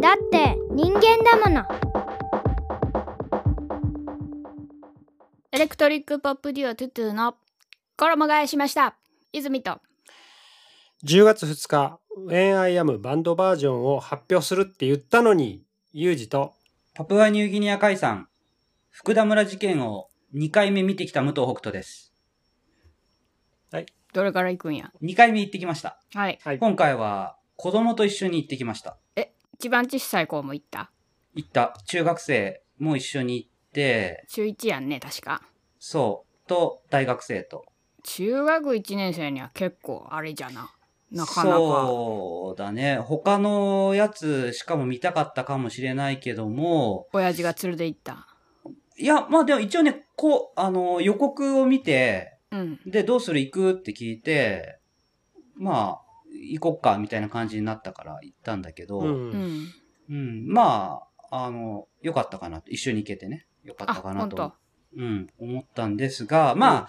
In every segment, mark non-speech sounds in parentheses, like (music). だって人間だものエレクトリックポップデュオトゥトゥの衣替えしました泉と10月2日「When I Am」バンドバージョンを発表するって言ったのにユージとパプアニューギニア海産、福田村事件を2回目見てきた武藤北斗です。どれから行くんや2回目行ってきました。はいはい今回は子供と一緒に行ってきました。一番小さい子も行った行った中学生も一緒に行って、中1やんね確かそう、と大学生と。中学1年生には結構あれじゃななかなかそうだね。他のやつしかも見たかったかもしれないけども、親父が連れて行ったいや、まあでも一応ね、こう、あの、予告を見て、うんで、どうする行くって聞いて、まあ、行こっか、みたいな感じになったから行ったんだけど、ううんんうん、まあ、あの、良かったかなと、一緒に行けてね、良かあったかな本と当、うん、思ったんですが、まあ、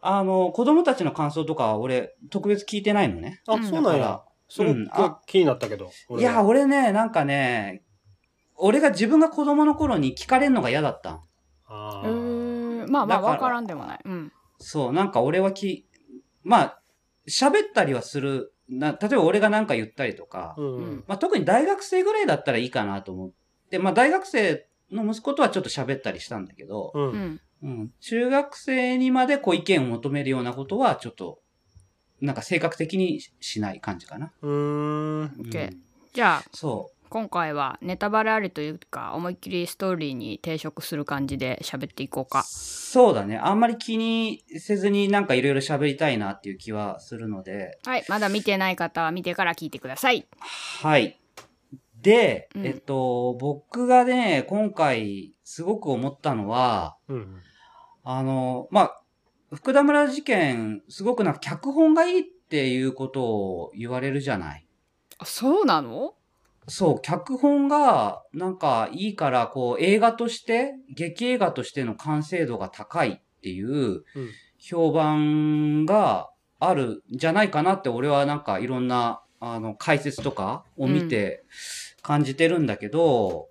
あの、子供たちの感想とかは俺、特別聞いてないのね。あそうなんだかやらすごうんあく気になったけどい俺はや、俺ね、なんかね、俺が自分が子供の頃に聞かれるのが嫌だったん。あうーーんまあまあだからわからんでもないうんそう、なんか俺はき、まあ、喋ったりはする。な、例えば俺がなんか言ったりとか、うんまあ、特に大学生ぐらいだったらいいかなと思って、まあ、大学生の息子とはちょっと喋ったりしたんだけど、ううんんうん、中学生にまでこう意見を求めるようなことはちょっと、なんか性格的にししない感じかな。うん OK うんじゃあそ今回はネタバレありというか思いっきりストーリーに抵触する感じで喋っていこううか。そうだね。あんまり気にせずになんかいろいろ喋りたいなっていう気はするので。はいまだ見てない方は見てから聞いてくださいはい。で、うんえっと、僕がね、今回すごく思ったのは、うんあの、まあ、福田村事件、すごくなんか脚本がいいっていうことを言われるじゃない。あそうなのそう、脚本がなんかいいから、こう映画として、劇映画としての完成度が高いっていううん評判があるんじゃないかなって俺はなんかいろんなあの解説とかを見て感じてるんだけど、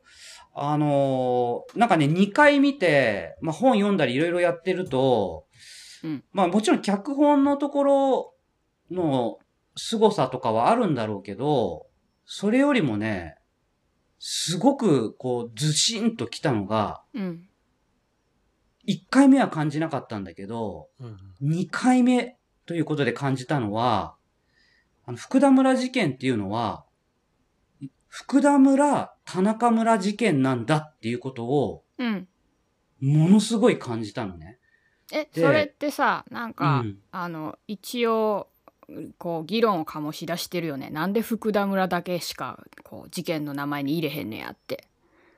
あのーなんかね、2回見て、まあ、本読んだりいろいろやってると、うんまあもちろん脚本のところの凄さとかはあるんだろうけど、それよりもね、すごくこう、ずしんと来たのが、うん1回目は感じなかったんだけど、うん2回目ということで感じたのは、あの、福田村事件っていうのは、福田村、田中村事件なんだっていうことを、うんものすごい感じたのね。えでそれってさなんうか、ん。あの一応こう議論を醸し出してるよねなんで福田村だけしかこう事件の名前に入れへんねやって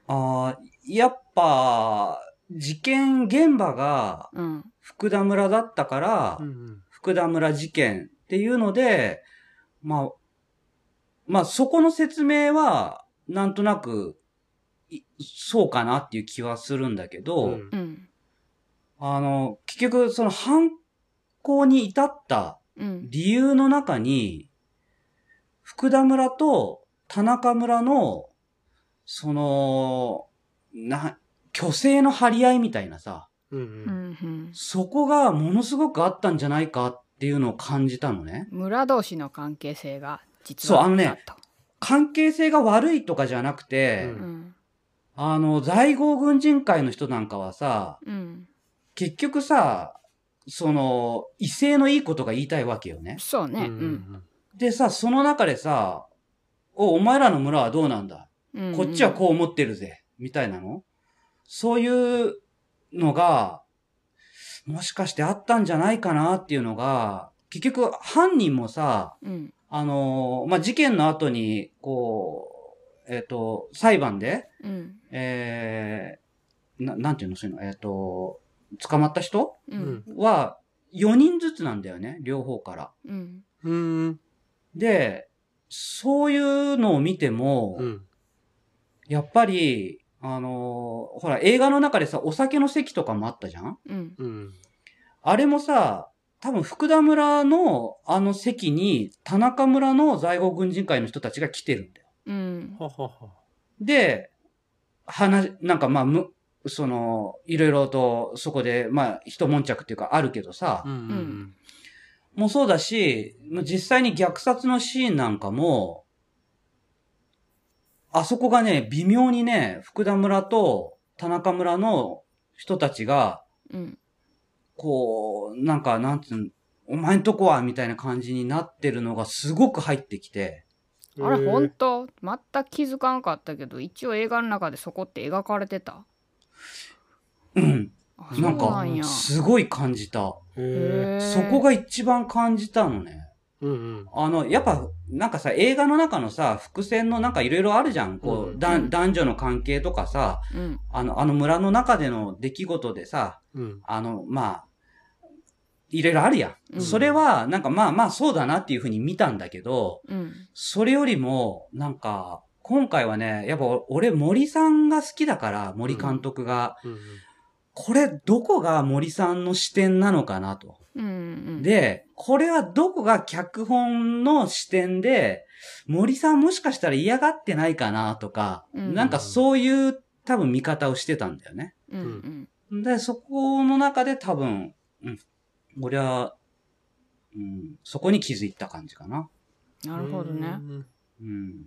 ああ、やっぱ、事件現場がうん福田村だったから、うん福田村事件っていうので、まあ、まあそこの説明は、なんとなく、いそうかなっていう気はするんだけど、うんうんあの、結局その犯行に至ったうん理由の中に、福田村と田中村の、その、な、虚勢の張り合いみたいなさ、うんううんんうんそこがものすごくあったんじゃないかっていうのを感じたのね。村同士の関係性が実そうはあのねあったと関係性が悪いとかじゃなくて、うんうんあの、在郷軍人会の人なんかはさ、うん結局さ、その、威勢のいいことが言いたいわけよね。そうねううんんでさ、その中でさ、お、お前らの村はどうなんだうんこっちはこう思ってるぜ。みたいなのそういうのが、もしかしてあったんじゃないかなっていうのが、結局犯人もさ、うん、うんあのまあ、事件の後に、こう、えっ、と、裁判で、うんえー、な、なんていうのそういうの、えっ、と、捕まった人ううんんは、4人ずつなんだよね、両方から。うんうんで、そういうのを見ても、うんやっぱり、あのーほら、映画の中でさ、お酒の席とかもあったじゃんうんうんあれもさ、多分福田村のあの席に、田中村の在郷軍人会の人たちが来てるんだよ。うんはははで、話、なんかまあ、む、その、いろいろと、そこで、まあ、一悶着っていうかあるけどさ、うんもうそうだし、もう実際に虐殺のシーンなんかも、あそこがね、微妙にね、福田村と田中村の人たちが、うんこう、なんか、なんつうん、お前んとこは、みたいな感じになってるのがすごく入ってきて、うんあれうん本当全く気づかんかったけど一応映画の中でそこって描かれてたうん、あそうなんなかんや、すごい感じた。へそこが一番感じたのね。ーうんあの、やっぱ、なんかさ、映画の中のさ、伏線のなんかいろいろあるじゃん。こうう、んだうんん、男女の関係とかさ、うんあの、あの村の中での出来事でさ、うんあの、まあ、いろいろあるやん。うんそれは、なんかまあまあそうだなっていうふうに見たんだけど、うんそれよりも、なんか、今回はね、やっぱ俺森さんが好きだから、森監督が、うんこれどこが森さんの視点なのかなと。うんうんで、これはどこが脚本の視点で、森さんもしかしたら嫌がってないかなとか、うんなんかそういう多分見方をしてたんだよね。うんうんで、そこの中で多分、うん、俺は、うん、そこに気づいた感じかな。なるほどね。うん。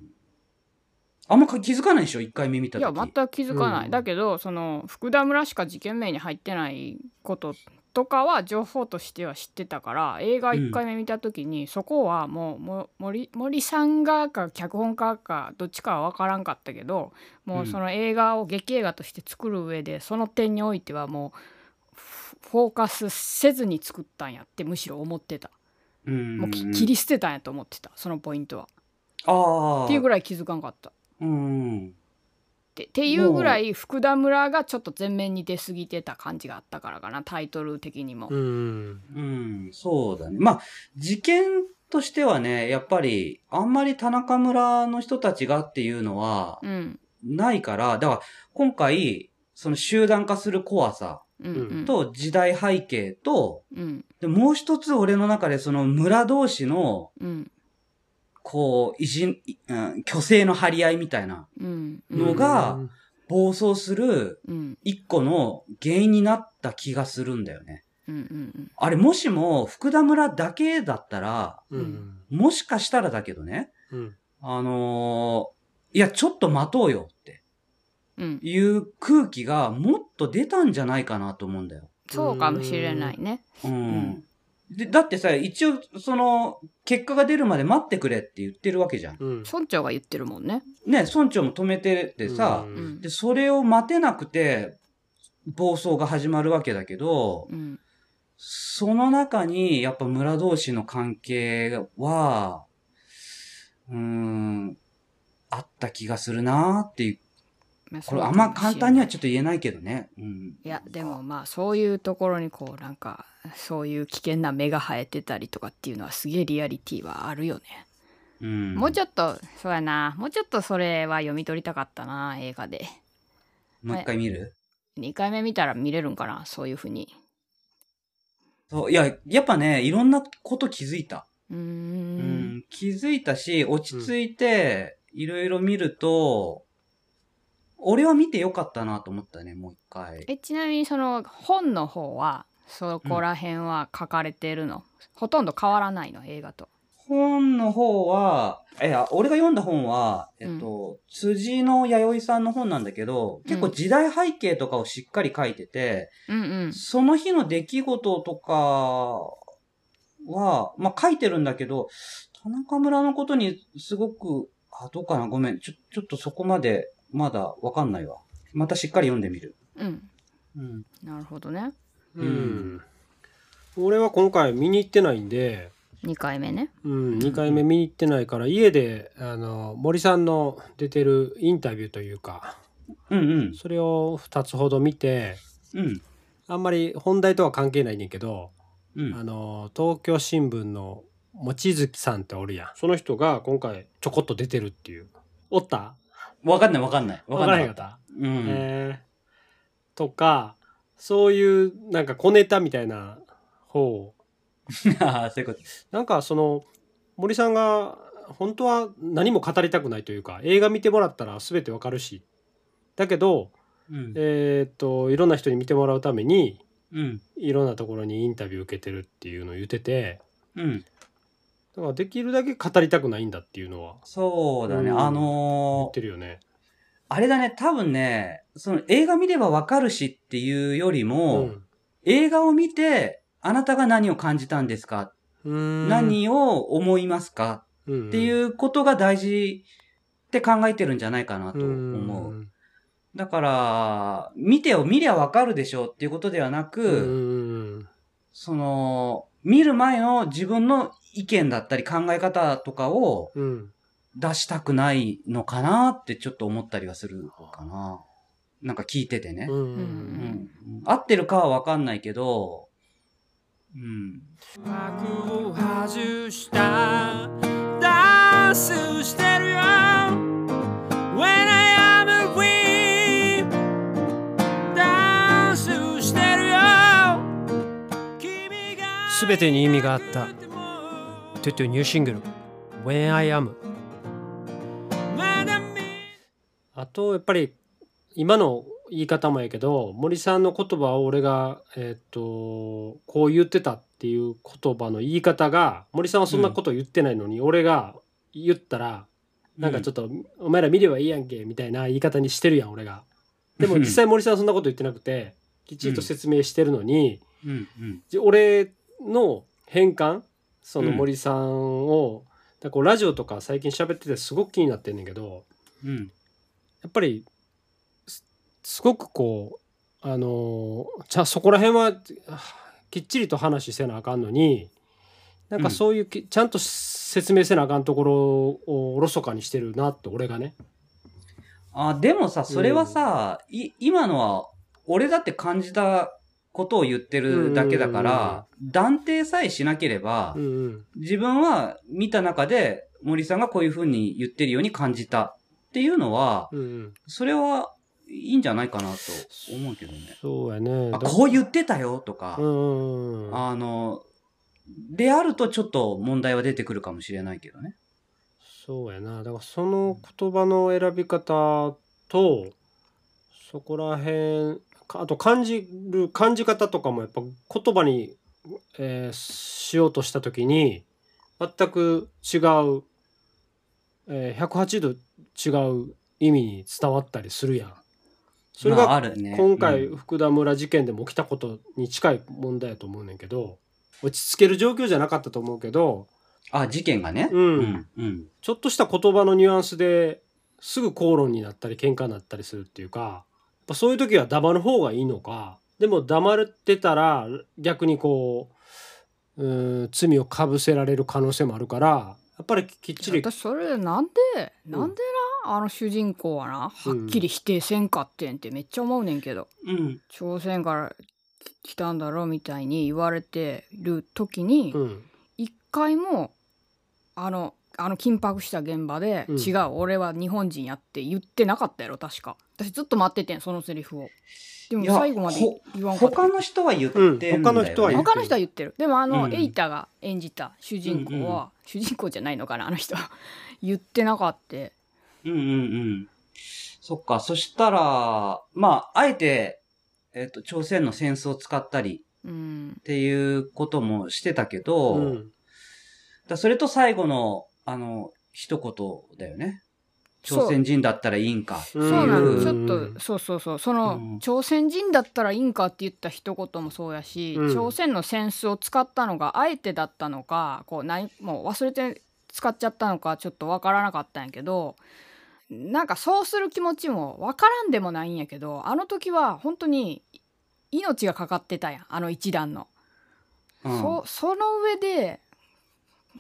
あんまか気づかないでしょ一回目見たい時や全く気づかない、うんだけどその福田村しか事件名に入ってないこととかは情報としては知ってたから映画1回目見た時に、そこはもうも森森さんがか脚本家かどっちかは分からんかったけどもううんその映画を劇映画として作る上でその点においてはもうフフォーカスせずに作ったんやってむしろ思ってたうん。もうき切り捨てたんやと思ってたそのポイントは。ああ。っていうぐらい。らい気づかんかった。うん。ってっていうぐらい福田村がちょっと前面に出過ぎてた感じがあったからかなタイトル的にもう。んうん、そうだね。まあ、事件としてはね、やっぱり、あんまり田中村の人たちがっていうのはう、んないから、だから、今回、その集団化する怖さうんうんと時代背景と、うんでもう一つ俺の中でその村同士の、うんこう、偉人、いうん、虚勢の張り合いみたいなうんうんのが暴走するうん一個の原因になった気がするんだよね。うんうんあれ、もしも福田村だけだったら、うんもしかしたらだけどね、うんあのーいや、ちょっと待とうよってうんいう空気がもっと出たんじゃないかなと思うんだよ。そうかもしれないね。うん。で、だってさ、一応、その、結果が出るまで待ってくれって言ってるわけじゃん。うん村長が言ってるもんね。ね、村長も止めててさう、うんんで、それを待てなくて、暴走が始まるわけだけど、うんその中に、やっぱ村同士の関係は、うーん、あった気がするなーっていう。まこれあんまそうかも簡しれ単にはちょっと言えないけどね。うん。いやでもまあそういうところにこうなんかそういう危険な目が生えてたりとかっていうのはすげえリアリティはあるよね。うん。もうちょょっとそうやなもうちょっとそれは読み取りたかったな映画で。もう一回見る、 2回目見たら見れるんかなそういうふうにそう。いや、やっぱね、いろんなこと気づいた。うーうんん。気づいたし、落ち着いて、いろいろ見ると、俺は見てよかったなと思ったね、もう一回。えちなみにその本の方はそこら辺は書かれてるの、ほとんど変わらないの映画と本の方は、いや、俺が読んだ本は、えっと、辻の弥生さんの本なんだけど、結構時代背景とかをしっかり書いてて、うんうんその日の出来事とかは、まあ、書いてるんだけど、田中村のことにすごく、あ、どうかな、ごめん。ちょ、ちょっとそこまで、まだわかんないわ。またしっかり読んでみる。うんうん。なるほどねうん俺は今回見に行ってないんで2回目ねうん、2回目見に行ってないから家であの森さんの出てるインタビューというかうんうん。それを2つほど見てうん。あんまり本題とは関係ないねんけど、うあん。の東京新聞の望月さんっておるやんその人が今回ちょこっと出てるっていうおったわかんないわかんない。わかんないわ。かうらへんかった、ん。えーとかそういうなんか小ネタみたいな方を (laughs) あーそういうこと。なんかその森さんが本当は何も語りたくないというか映画見てもらったら全てわかるしだけど、うん。えー、といろんな人に見てもらうためにうん。いろんなところにインタビュー受けてるっていうのを言っててうん。だからできるだけ語りたくないんだっていうのはそうだね。うんあ言っのーてるよね。あれだね、多分ね、その映画見ればわかるしっていうよりうも、ん映画を見て、あなたが何を感じたんですか、うん何を思いますかっっていうことが大事って考えてるんじゃないかなと思う。だから、見てよ、見りゃわかるでしょうっていうことではなく、うんその、見る前の自分の意見だったり考え方とかをうん出したくないのかなってちょっと思ったりはするかな。なんか聞いててねう。んうんん合ってるかはわかんないけど、うん。枠を外したダンスしてるよ When I am a queen ダンスしてるよ君が全てに意味があったトゥトゥニューシングル「When I Am まだ見」あとやっぱり今の言い方もやけど森さんの言葉を俺がえーっとこう言ってたっていう言葉の言い方が森さんはそんなこと言ってないのに、俺が言ったらなんかちょっと、お前ら見ればいいやんけみたいな言い方にしてるやん俺が。で (laughs) も実際森さんはそんなこと言ってなくてきちんと説明してるのに、うん、うん、じ俺の変換そのうん森さんを、だからこうラジオとか最近喋っててすごく気になってんねんけどうん、やっぱりすすごくこうあのーじゃあそこら辺ははあきっちりと話せなあかんのになんかそういうき、ちゃんと説明せなあかんところをおろそかにしてるなって俺がね。あ、でもさ、それはさ、い、今のは、俺だって感じたことを言ってるだけだから、断定さえしなければう、んうん自分は見た中で森さんがこういうふうに言ってるように感じたっていうのは、うんうん、それはいいんじゃないかなと思うけどね。そうやね。だあこう言ってたよとかう、んうんうんあの、であるとちょっと問題は出てくるかもしれないけどね。そうやなだからその言葉の選び方とそこら辺かあと感じる感じ方とかもやっぱ言葉に、えーしようとした時に全く違う、えー180度違う意味に伝わったりするやん。それまあ、あがるね。今回うん福田村事件でも起きたことに近い問題やと思うねんけど落ち着ける状況じゃなかったと思うけどあ、事件がね。うんうん。うん。ちょっとした言葉のニュアンスですぐ口論になったり喧嘩になったりするっていうかやっぱそういう時は黙る方がいいのかでも黙ってたら逆にこううーん罪をかぶせられる可能性もあるからやっぱりきっちり私それなんでなんでな、あの主人公はなはっきり否定せんかってんってめっちゃ思うねんけど、うん。朝鮮から来たんだろみたいに言われてる時にうん一回もあのあの緊迫した現場で「うん違う俺は日本人や」って言ってなかったやろ確か私ずっと待っててんそのセリフをでもいや最後までほ言わんかった他の人は言ってんだよ、ねうん他の人は言って他の人は言ってるでもあの、うんエイタが演じた主人公は、主人公じゃないのかなあの人は言ってなかったうんうんうん。そっか。そしたら、まあ、あえて、えっ、と、朝鮮の戦争を使ったりうんっていうこともしてたけど、うんだそれと最後の、あの、一言だよね。朝鮮人だったらいいんかっていんう。そうなうのんちょっとそうそうそうその、うん朝鮮人だったらいいんかって言った一言もそうやし、うん朝鮮の扇子を使ったのがあえてだったのかこうないもう忘れて使っちゃったのかちょっとわからなかったんやけどなんかそうする気持ちもわからんでもないんやけどあの時は本当に命がかかってたやんあの一段の。うんそその上で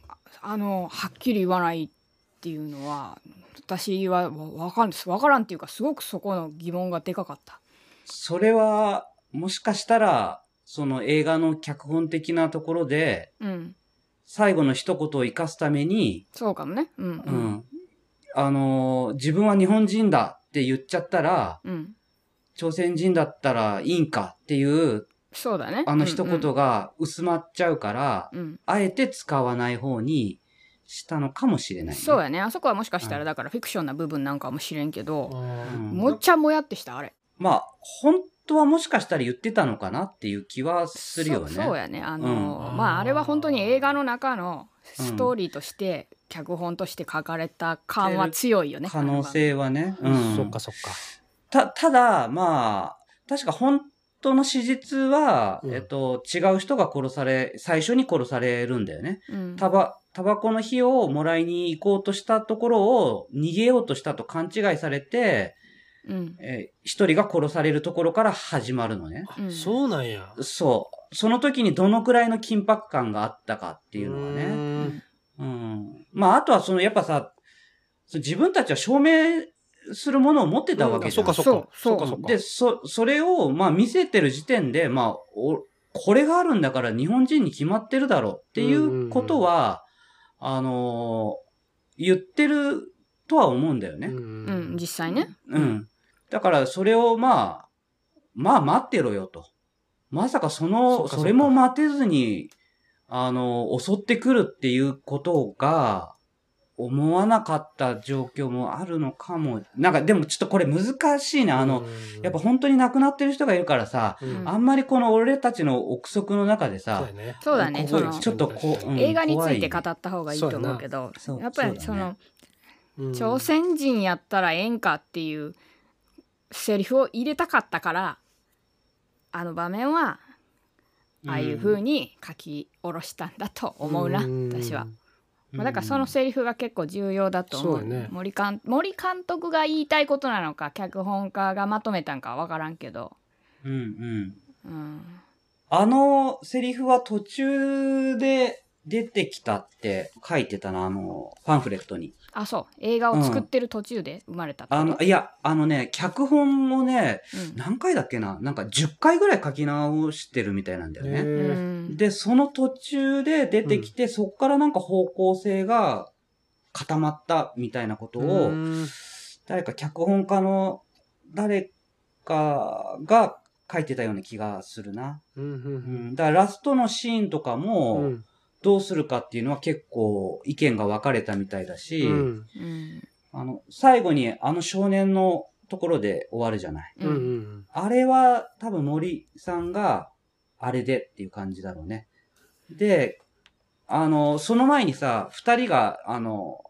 ああのはっきり言わないっていうのは私はわわかんですわからんっていうかすごくそこの疑問がでかかった。それは、もしかしたら、その映画の脚本的なところで、うん、最後の一言を生かすために、そうかもね。うんうん。あのー自分は日本人だって言っちゃったら、うん、うん、朝鮮人だったらいいんかっていう、そうだね。あの一言が薄まっちゃうから、うん、うん、あえて使わない方にしたのかもしれない、そうや。やねあそこはもしかしたはらだからフィクションな部分なんかもしれんけど、うんもっちゃもやってしたあれまあ、本当はもしかしたら言ってたのかなっていう気はするよね。そそうやねあの、うんまああれは本当に映画の中のストーリーとして、脚本として書かれた感は強いよね可能性はね。うん。そっかそっか。た、ただ、まあ、確か本当の史実は、うんえっと、違う人が殺され、最初に殺されるんだよね。うんタバ、タバコの火をもらいに行こうとしたところを逃げようとしたと勘違いされて、うんえー一人が殺されるところから始まるのね。うんそうなんや。そう。その時にどのくらいの緊迫感があったかっていうのはうーね。んうん。まあ、あとはその、やっぱさ、その自分たちは証明するものを持ってたわけじそゃっん。かそっそうか。そっかそっか。で、そ、それを、まあ見せてる時点で、まあ、お、これがあるんだから日本人に決まってるだろうっていうことは、あのー言ってるとは思うんだようね。んうん、実際ね、うん。だからそれをまあ、まあ待ってろよと。まさかそそっの、かそっそかれも待てずに、あのー襲ってくるっていうことが、思わなかった状況もあるのかも。なんかでもちょっとこれ難しいな。あの、うんやっぱ、本当に亡くなってる人がいるからさ、うんあんまりこの俺たちの憶測の中でそうさや、ね。そうだねこそこのちょっとこう、うん映画について語怖った方がいいと思うけどそうやなやっぱりそそうだのねうん朝鮮人やったらええんかっていうセリフを入れたかったからあの場面はああいう風に書き下ろしたんだと思うな、ん私は。いまあ、だからそのセリフが結構重要だと思うそうやね森監森監督が言いたいことなのか脚本家がまとめたんかわからんけど、うんうん。うん、あのセリフは途中で出てきたって書いてたな、あの、パンフレットに。あそう映画を作ってる途中で生まれたってことあの、いや、あのね、脚本もね、何回だっけな、なんか10回ぐらい書き直してるみたいなんだよね。うんうへんで、その途中で出てきて、そこからなんか方向性が固まったみたいなことーうを、ん誰か脚本家の誰かが書いてたような気がするな。うんうんだからラストのシーンとかうも、んどうするかっていうのは結構意見が分かれたみたいだし、うんうんあの、最後にあの少年のところで終わるじゃない。うんうんあれは多分森さんが、あれでっていう感じだろうね。で、あの、その前にさ、二人が、あの、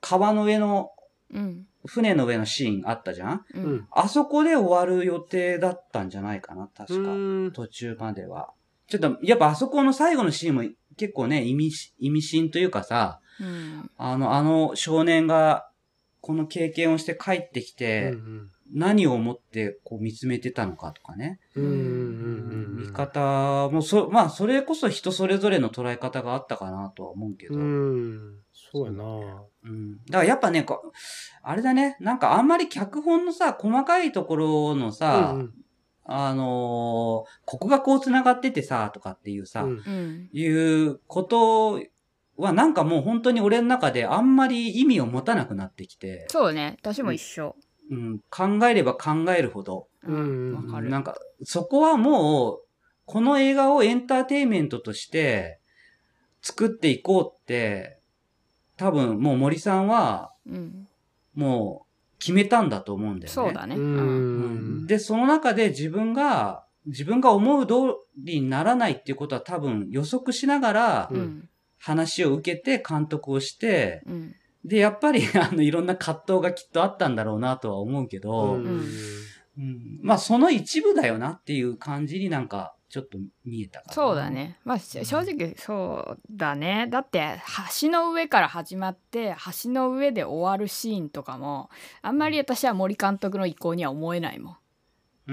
川の上の、うん船の上のシーンあったじゃんううんんあそこで終わる予定だったんじゃないかな、う確か。ん途中までは。ちょっと、やっぱあそこの最後のシーンも結構ね、意味し、意味深というかさ、うんあの、あの少年が、この経験をして帰ってきて、何を思ってこう見つめてたのかとかね。うんうん見方も、そ、まあ、それこそ人それぞれの捉え方があったかなとは思うけど。うんそうやなうんだからやっぱね、こうあれだね、なんかあんまり脚本のさ、細かいところのさ、うんうんあのーここがこう繋がっててさ、とかっていうさ、うんうんいうことはなんかもう本当に俺の中であんまり意味を持たなくなってきて、そうね私も一緒うん、考えれば考えるほど、うんうんわかるなんかそこはもう、この映画をエンターテインメントとして作っていこうって、多分もう森さんはうんもう決めたんだと思うんだよね。そうだねううんんで、その中で自分が、自分が思う通りにならないっていうことは多分予測しながらう、ん話を受けて監督をして、うんで、やっぱり、 (laughs) あの、いろんな葛藤がきっとあったんだろうなとは思うけうど、んんうんまあ、その一部だよなっていう感じになんか、ちょっと見えたかな。そうだ。ねまあし正直そうだねだって橋の上から始まって橋の上で終わるシーンとかもあんまり私は森監督の意向には思えないもん、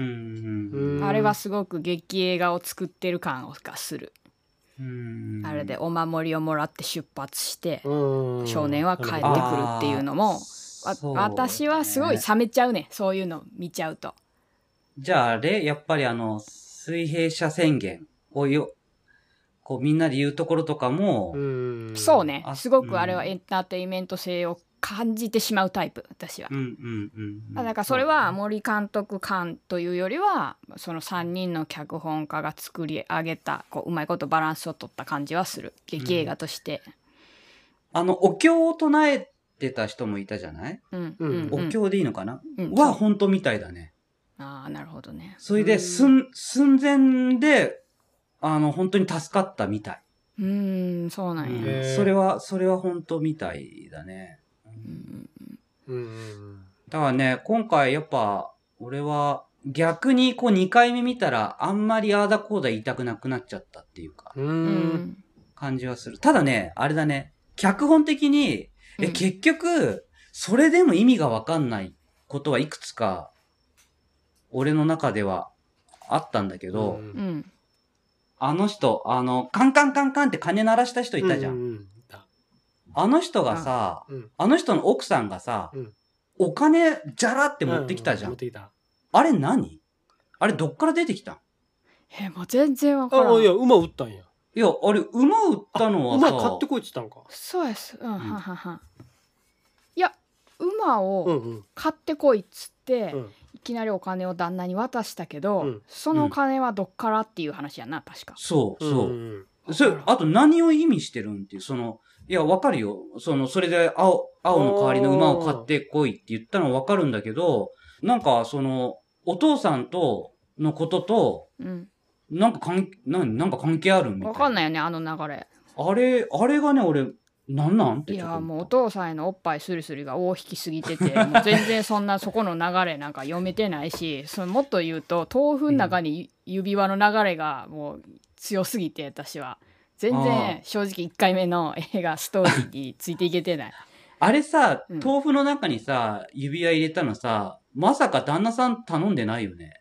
うんうんうんあれはすごく劇映画を作ってる感がする、うん。あれでお守りをもらって出発して、うん少年は帰ってくるあっていうのもわそうね私はすごい冷めちゃうねそういうの見ちゃうとじゃああれ、やっぱりあの、水平社宣言をよ、こうみんなで言うところとかも、うんそうねあすごくあれはうんエンターテインメント性を感じてしまうタイプ私はうんうんうんうん。だからそれは森監督感というよりはその3人の脚本家が作り上げたこううまいことバランスを取った感じはする劇映画として、あの、お経を唱えてた人もいたじゃないうんうんうんお経でいいのかな、うんは、本当みたいだね。ああなるほどねそれで、寸、寸前で、あの、本当に助かったみたい。うーんそうなんや、うんへーそれは、それは本当みたいだね。うんうんうんだからね、今回やっぱ、俺は、逆にこう2回目見たら、あんまりああだこうだ言いたくなくなっちゃったっていうか、うん。う。うんん感じはする。ただね、あれだね、脚本的に、え、うん結局、それでも意味がわかんないことはいくつか、俺の中ではあったんだけど、うんんあの人、あの、カンカンカンカンって鐘鳴らした人いたじゃん。うういたあの人がさ、うんあの人の奥さんがさ、うんお金じゃらって持ってきたじゃん。う持ってきた。あれ何あれどっから出てきたんえもう全然わからあ、んいや、馬売ったんや。いや、あれ、馬売ったのはさ、馬買ってこいって言ったんか。そうですうん、はんはんはんいや馬うをんうん。買ってこいっつって、うんいきなりお金を旦那に渡したけど、うんそのお金はどっからっていう話やな確か、そう、そう。うんそれ、あと何を意味してるんっていう、その、いや、わかるよ。その、それで青、青の代わりの馬を買ってこいって言ったのはわかるんだけど、なんか、その、お父さんと、のことと、うん、なんか関なん、なんか関係あるみたいな。わかんないよねあの流れあれ、あれがね、俺、なんなんっていちょっとやもう思おった。父さんへのおっぱいスリスリが大引きすぎ (laughs) ててもう全然そんなそこの流れなんか読めてないしそのもっと言うと豆腐の中に指輪の流れがもう強すぎて私は全あ然正直1回目の映画ストーリーについていけてないあれさ、うん豆腐の中にさ、指輪入れたのさ、まさか旦那さん頼んでないよ (laughs) ね。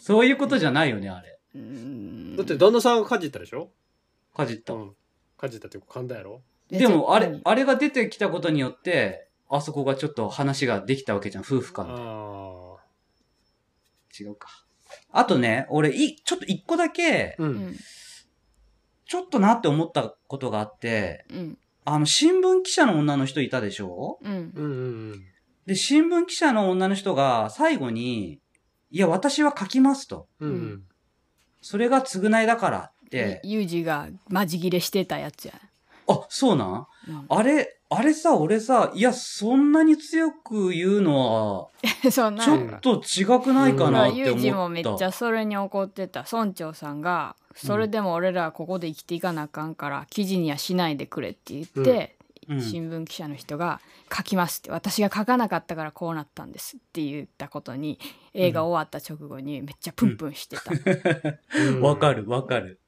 そういうことじゃないよね、あれ。うーんだって旦那さんがかじったでしょかじったう。ん。かじったっていうか噛んだやろでも、あれ何、あれが出てきたことによって、あそこがちょっと話ができたわけじゃん、夫婦間。ああ。違うか。あとね、俺、い、ちょっと一個だけ、う。うんんちょっとなって思ったことがあって、うんあの、新聞記者の女の人いたでしょうんうんうんで、新聞記者の女の人が最後に、いや、私は書きますと。うん。うんそれが償いだからって。ユージがマジギレしてたやつや、あ、そうなんうんあれ、あれさ、俺さ、いや、そんなに強く言うの (laughs) そうは、なちんょかっと違くないかなって思った。ユージもめっちゃそれに怒ってた村長さんが「それでも俺らはここで生きていかなあかんから記事にはしないでくれ」って言って、うん新聞記者の人が「書きます」って「私が書かなかったからこうなったんです」って言ったことに映画終わった直後にめっちゃプンプンしてた、うん (laughs) わかる、わかる。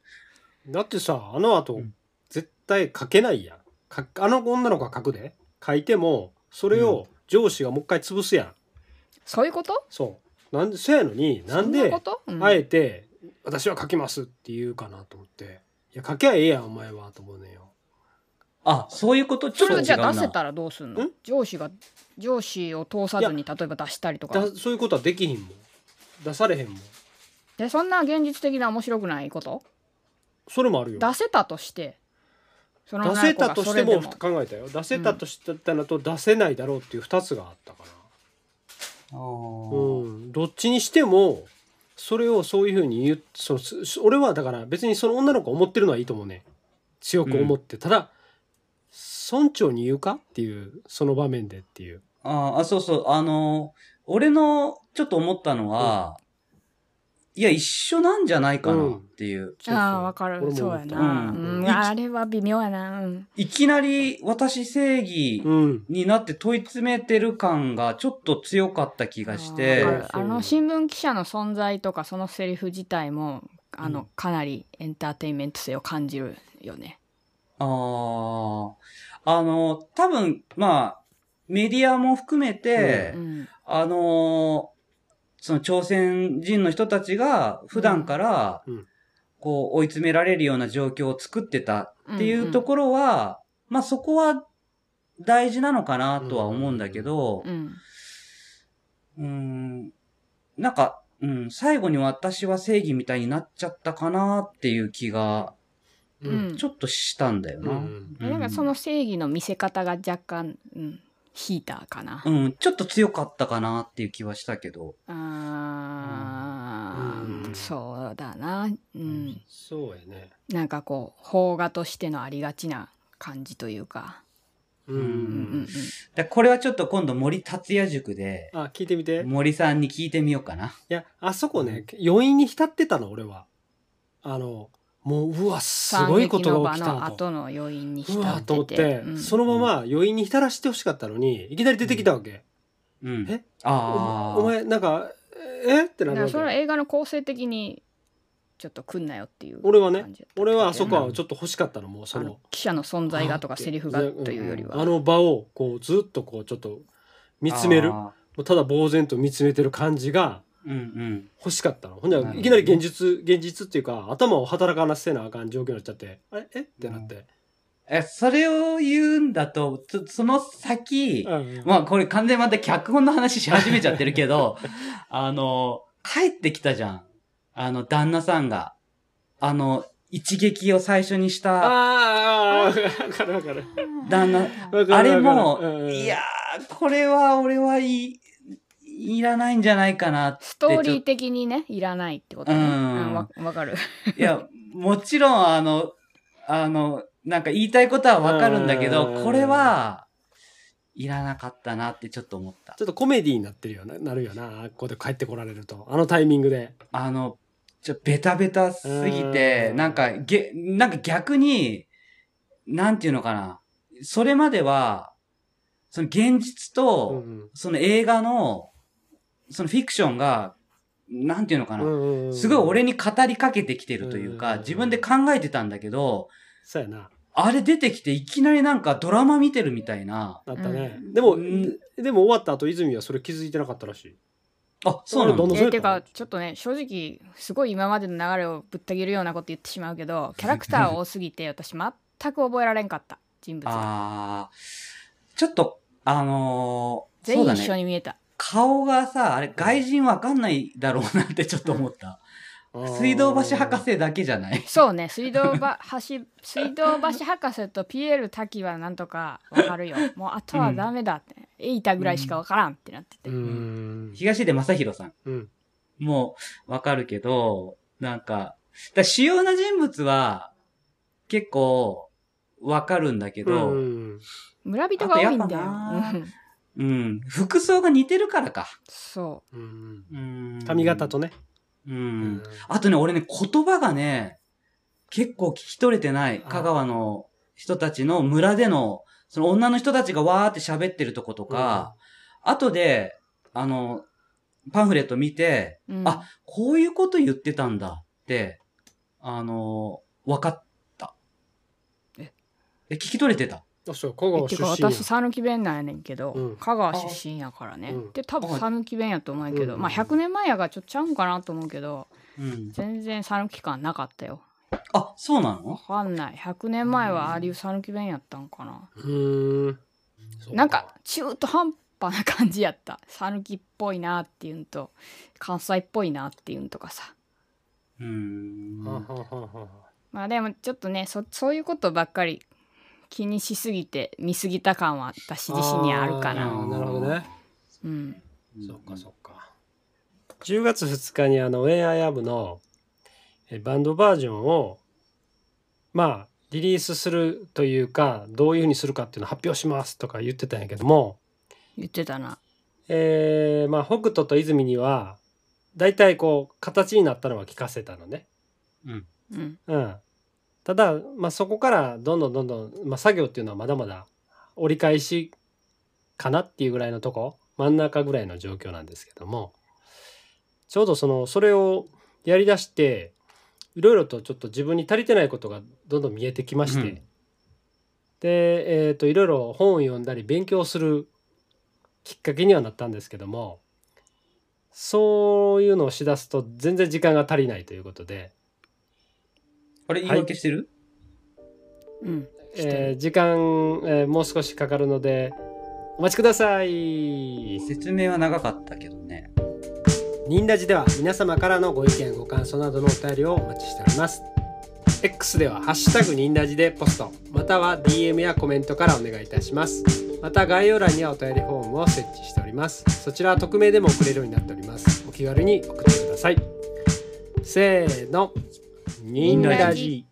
だってさ、あの後うん、絶対書けないやん。かあの女の子が書くで。書いても、それを上司がもう一回潰すやん。 (laughs) そういうことそう。なんで、せやのに、なんで、そんなこと、うんあえて、私は書きますって言うかなと思って。いや、書きゃええやん、お前は、と思うねんよ。あ、そういうこと、ちょそっとれ違をうじゃな。あ出せたらどうすんのん上司が上司を通さずに例えば出したりとかだそういうことはできひんもん。出されへんもん。でそんな現実的な面白くないことそれもあるよ。出せたとしてその出女のせ子がたとしそてれでも考えたよ出せたとしたのと出せないだろうっていう2つがあったかあら、ーうん、どっちにしてもそれをそういうふうに言うそのすす俺はだから別にその女の子が思ってるのはいいと思うね強く思って、ただ村長に言うかっていうその場面でっていうあーあ、そうそう、あのー俺のちょっと思ったのは、いや、一緒なんじゃないかなっていう。ああわかる俺もそう思やったな、ううんんうんあれは微妙やな、うんいきなり私正義うんになって問い詰めてる感がちょっと強かった気がしてわ、かるそうあの新聞記者の存在とかそのセリフ自体もあの、かなりエンターテインメント性を感じるよねあーあの、多分、まあ、メディアも含めて、うんあのーその朝鮮人の人たちが普段からうんうん、こう追い詰められるような状況を作ってたっていんうんところは、まあそこは大事なのかなとは思うんだけど、うんうーん、なんか、うん、最後に私は正義みたいになっちゃったかなっていう気が、ううんちょっとしたんだよな。うんなんかその正義の見せ方が若干、うん、引いたかな、うん、ちょっと強かったかなっていう気はしたけど。あーうんそうだなうんそうやね。なんかこう邦画としてのありがちな感じというか、う。うんんうんうん、でこれはちょっと今度森達也塾で、あ、聞いてみて。い森さんに聞いてみようかな。や、あそこね、余韻に浸ってたの、俺は。あの、もう、うわ、すごいことが起き惨劇の場のたと。後の余韻にう浸わ、っと思てってて、うんそのまま余韻に浸らしてほしかったのに、いきなり出てきたわけ。うん。えああ。お前、なんか、えってなるだかわらけそれは映画の構成的にちょっと来んなよっていう俺はね感じだった俺はあそこうはんちょっと欲しかったの、もうそあのの。記者の存在がとかセリフがというよりんあはの場を、こう、ずっとこう、ちょっと、見つめる。もあうただ呆然と見つめてる感じが、ー。うんうん。欲しかったの。ほんじなるほゃ、どいきなり現実、現実っていうか、頭を働かなせなあかん状況になっちゃって、あれえってなって。え、それを言うんだと、つその先、うんまあこれ完全にまた脚本の話し始めちゃってるけ (laughs) ど、あの、帰ってきたじゃん。あの、旦那さんが。あの、一撃を最初にしたあーあー、わかるわかる。旦那。わかるあれもわかるうん、いやー、これは俺はい、いらないんじゃないかな。ストーリー的にねいらないってことねううんんわわかるいや、もちろんあの、あの、なんか言いたいことはわかるんだけうど、んこれは、いらなかったなってちょっと思ったちょ。っとコメディーになってるよな、なるよな。ここで帰ってこられると。あのタイミングで。あの、ちょ、ベタベタすぎてう、んなんか、げ、なんか逆に、なんていうのかな。それまでは、その現実と、うんその映画の、そのフィクションが、なんていうのかうな。んうんうんすごい俺に語りかけてきてるといううんうんうか、ん自分で考えてたんだけど、そうやな。あれ出てきていきなりなんかドラマ見てるみたいな。あったね。うんでも、うんでも終わった後、泉はそれ気づいてなかったらしい。あ、そうなんだどんどんえてかちょっとね正直すごい今までの流れをぶった切るようなこと言ってしまうけどキャラクター多すぎて私全く覚えられんかった人物があーちょっと、あのー、全そう員だ一ね緒。に見えた顔がさ、あれ、外人わかんないだろうなってち (laughs) ょっと思った。水道橋博士だけじゃない (laughs) そうね水道ば (laughs) 橋水道橋博士とピエール滝はなんとかわかるよもうあとはダメだって、エイタぐらいしかわからんってなってて、ううんん。東出正宏さん。うん。もう、わかるけど、なんか、だ主要な人物は、結構、わかるんだけど、うん、ん。村人が多いんあとだやよっぱなうん服装が似てるからか。そうんうん髪型と。ね。う。うんあとね、俺ね、言葉がね、結構聞き取れてない。あ香川の人たちの村での、その女の人たちがわーって喋ってるとことか、後で、あの、パンフレット見て、う、うんあこういうこと言ってたんだって、あの、わかった。ええ、聞き取れてた。あ、そう、香え川って出か身や。私讃岐弁なんやねんけど、うん香川出身やからねうんで多分讃岐弁やと思うんやけど、うんまあ100年前やがちょっとちゃうんかなと思うけどうん。全然讃岐感なかったよあ、そうなのわかんない100年前はああいう讃岐弁やったんかな、うん。なんか中途半端な感じやった (laughs) 讃岐っぽいなっていうんと関西っぽいなっていうんとかさうーん。はあはあはあはあまあでもちょっとねそそういうことばっかり気にしすぎて見すぎた感は私自身にあるかあなーなるほどね。うんんそっかそっか。10月2日にあの、ウェアヤブのえバンドバージョンを、まあ、リリースするというか、どういうふうにするかっていうのを発表しますとか言ってたんやけども、言ってたなえー、まあ、北斗と泉には、だいたいこう、形になったのは聞かせたのね。うんうん。ただ、まあ、そこからどんどんどんどん、まあ、作業っていうのはまだまだ折り返しかなっていうぐらいのとこ真ん中ぐらいの状況なんですけどもちょうどそのそれをやりだしていろいろとちょっと自分に足りてないことがどんどん見えてきまして、うんで、えー、といろいろ本を読んだり勉強するきっかけにはなったんですけどもそういうのをしだすと全然時間が足りないということで。あれ、言い訳してる、うんしてるえー時間、えーもう少しかかるのでお待ちください説明は長かったけどね。ニンラジでは皆様からのご意見ご感想などのお便りをお待ちしております X では「ハッシュタグニンラジ」でポストまたは DM やコメントからお願いいたしますまた概要欄にはお便りフォームを設置しておりますそちらは匿名でも送れるようになっておりますお気軽に送ってくださいせーの。ニンラジ。